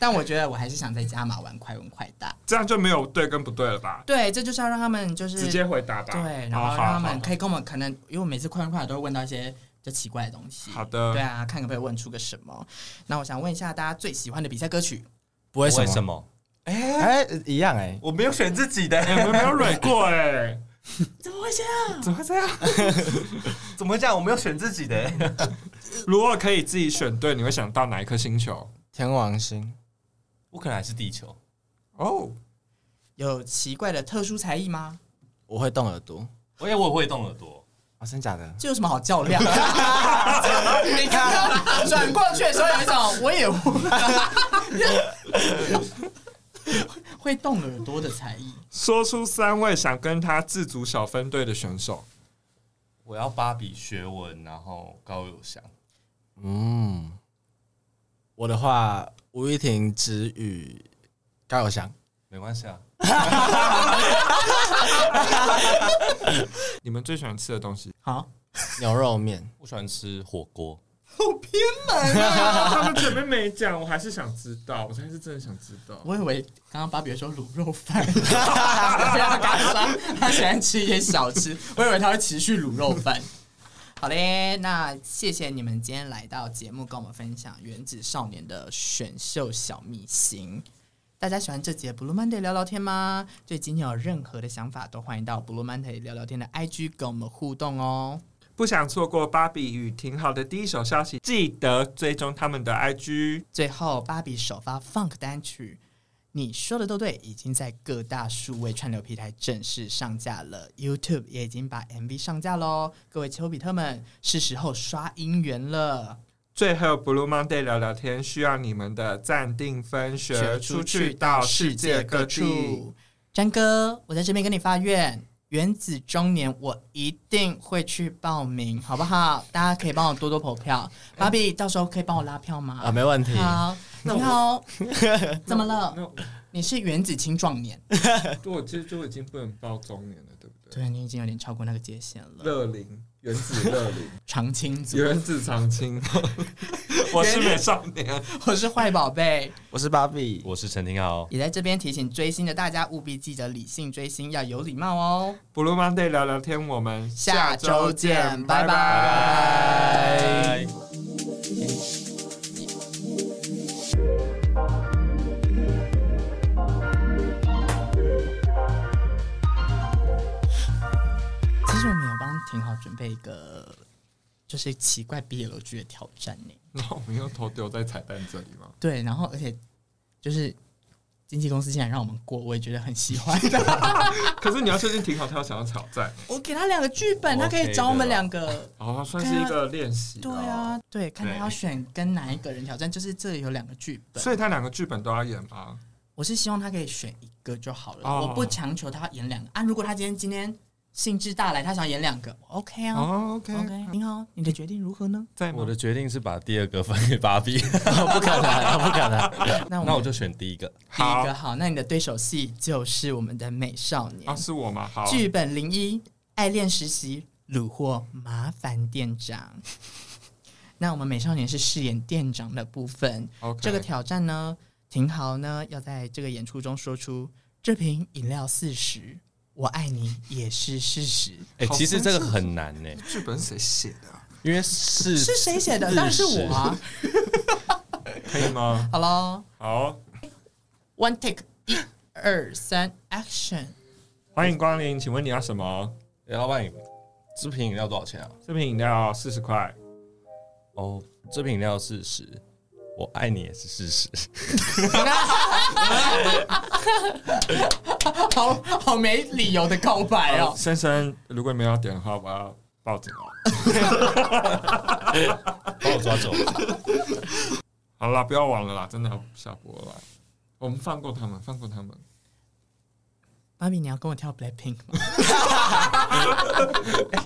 S2: 但我觉得我还是想再加码玩快问快答。
S1: 这样就没有对跟不对了吧？
S2: 对，这就是要让他们就是
S1: 直接回答吧。
S2: 对，然
S1: 好
S2: 后
S1: 好
S2: 让他
S1: 好
S2: 们可以跟我们可能，因为我每次快问快答都会问到一些比较奇怪的东西。
S1: 好的
S2: 对啊，看可不可以问出个什么。那我想问一下大家最喜欢的比赛歌曲，
S5: 不为
S7: 为
S5: 什
S7: 什
S5: 么？
S7: 么？
S5: 哎，一样哎，
S7: 我没有选自己的，
S1: 哎、我们没有蕊过哎、
S2: *laughs* 怎么会这样？
S1: 怎么会这样？
S7: *laughs* 怎么讲？我没有选自己的，
S1: 如果可以自己选对，你会想到哪一颗星球？
S5: 天王星，
S7: *laughs* 我可能还是地球。
S1: 哦，
S2: 有奇怪的特殊才艺吗？
S5: 我会动耳朵。
S7: 我也我也会动耳朵，
S5: 哦，真假的？
S2: 这有什么好较 *laughs* 量？你刚刚转过去的时候有一种我也会 *laughs* 会动耳朵的才艺，
S1: 说出三位想跟他自组小分队的选手。
S7: 我要芭比、学文，然后高友翔。
S5: 嗯，我的话，吴玉婷、子宇、高友翔，
S7: 没关系啊，
S1: 你们最喜欢吃的东 *laughs* 西？
S2: 好
S5: 牛肉面。
S7: 我喜欢吃火锅。
S2: 好偏门啊！
S1: 他们前面没讲，我还是想知道，我还是真的想知道。
S2: 我以为刚刚芭比说卤肉饭，不要跟他说他喜欢吃一些小吃，我以为他会持续卤肉饭。好嘞，那谢谢你们今天来到节目，跟我们分享《原子少年》的选秀小秘辛。大家喜欢这节 Blue Monday 聊聊天吗？对今天有任何的想法，都欢迎到 Blue Monday 聊聊天的 IG 跟我们互动哦。
S1: 不想错过芭比与挺好的第一手消息，记得追踪他们的 IG。
S2: 最后，芭比首发 Funk 单曲《你说的都对》已经在各大数位串流平台正式上架了，YouTube 也已经把 MV 上架喽。各位丘比特们，是时候刷姻缘了。
S1: 最后，Blue Monday 聊聊天需要你们的暂定分学出去到世界各地。。
S2: 詹哥，我在这边跟你发愿，原子中年我一定会去报名，好不好？大家可以帮我多多投
S1: *laughs*
S2: 票。芭比，到时候可以帮我拉票吗？
S5: 啊，没问题。
S2: 好，你
S1: *laughs*
S2: 好，怎么了？
S1: 那我
S2: 你是原子青壮年。
S1: 我其实就已经不能报中年了，对不对？
S2: 对你已经有点超过那个界限了。
S1: 乐龄原子乐龄 *laughs*
S2: 常青组，
S1: 原子长青， *laughs* 我是美少年。
S2: 我是坏宝贝，
S5: 我是芭比，
S7: 我是陈廷豪，
S2: 也在这边提醒追星的大家，务必记得理性追星，要有礼貌哦。
S1: Blue Monday 聊聊天，我们
S2: 下周见，拜
S1: 拜拜。
S2: 拜。
S7: 拜。
S2: 其实我们有帮廷豪准备一个，就是奇怪 BL 剧的挑战呢。
S1: 那我们又头丢在彩蛋这里吗？
S2: 对，然后而且就是经纪公司竟然让我们过，我也觉得很喜欢。 *laughs*
S1: 可是你要确定挺好，他要想要挑战，
S2: 我给他两个剧本，他可
S7: OK
S2: 以
S7: 的
S2: 找我们
S7: 啦
S2: 两个。
S1: 哦，它算是一个练习。
S2: 对，啊，对，看他
S7: 对
S2: 要选跟哪一个人挑战，就是这里有两个剧本。
S1: 所以他两个剧本都要演吗？
S2: 我是希望他可以选一个就好了，
S1: 哦
S2: 我不强求他演两个啊。如果他今天今天兴致大来，他想演两个我，OK 啊、
S1: 哦，OK，
S2: o k 你好，你的决定如何呢？
S1: 在吗
S7: 我的决定是把第二个分给芭 *laughs* 比，
S5: 不可
S7: 啊
S5: 能，不可能。
S2: 那我
S7: *laughs* 那我
S2: 们
S7: 就选第一个。
S2: 第一个
S1: 好
S2: 好，那你的对手戏就是我们的美少年、
S1: 啊，是我吗？好，
S2: 剧本零一，爱恋实习，虏获麻烦店长。 *laughs* 那我们美少年是饰演店长的部分，
S1: OK
S2: 这个挑战呢，廷豪呢要在这个演出中说出这瓶饮料四十，我爱你也是事实。
S7: 哎、
S1: 好
S7: 其实这个很难呢、
S1: 剧本谁写的啊？
S7: 因为是
S2: 是谁写的？当然是我啊！
S1: 可以吗？
S2: 好喽
S1: 好，
S2: ，one take，一二三，action！
S1: 欢迎光临，请问你要什么？
S7: 哎老板，这瓶饮料多少钱啊？
S1: 这瓶饮料四十块，
S7: 哦，这瓶饮料四十，我爱你也是事实。
S2: *laughs* 好好没理由的告白哦。哦
S1: 先生，如果你们要点的话，我要报警啊！
S7: 把我抓走。
S1: 好啦，不要玩了啦，真的要下播了啦。我们放过他们，放过他们。
S2: 芭比，你要跟我跳 Black Pink 吗？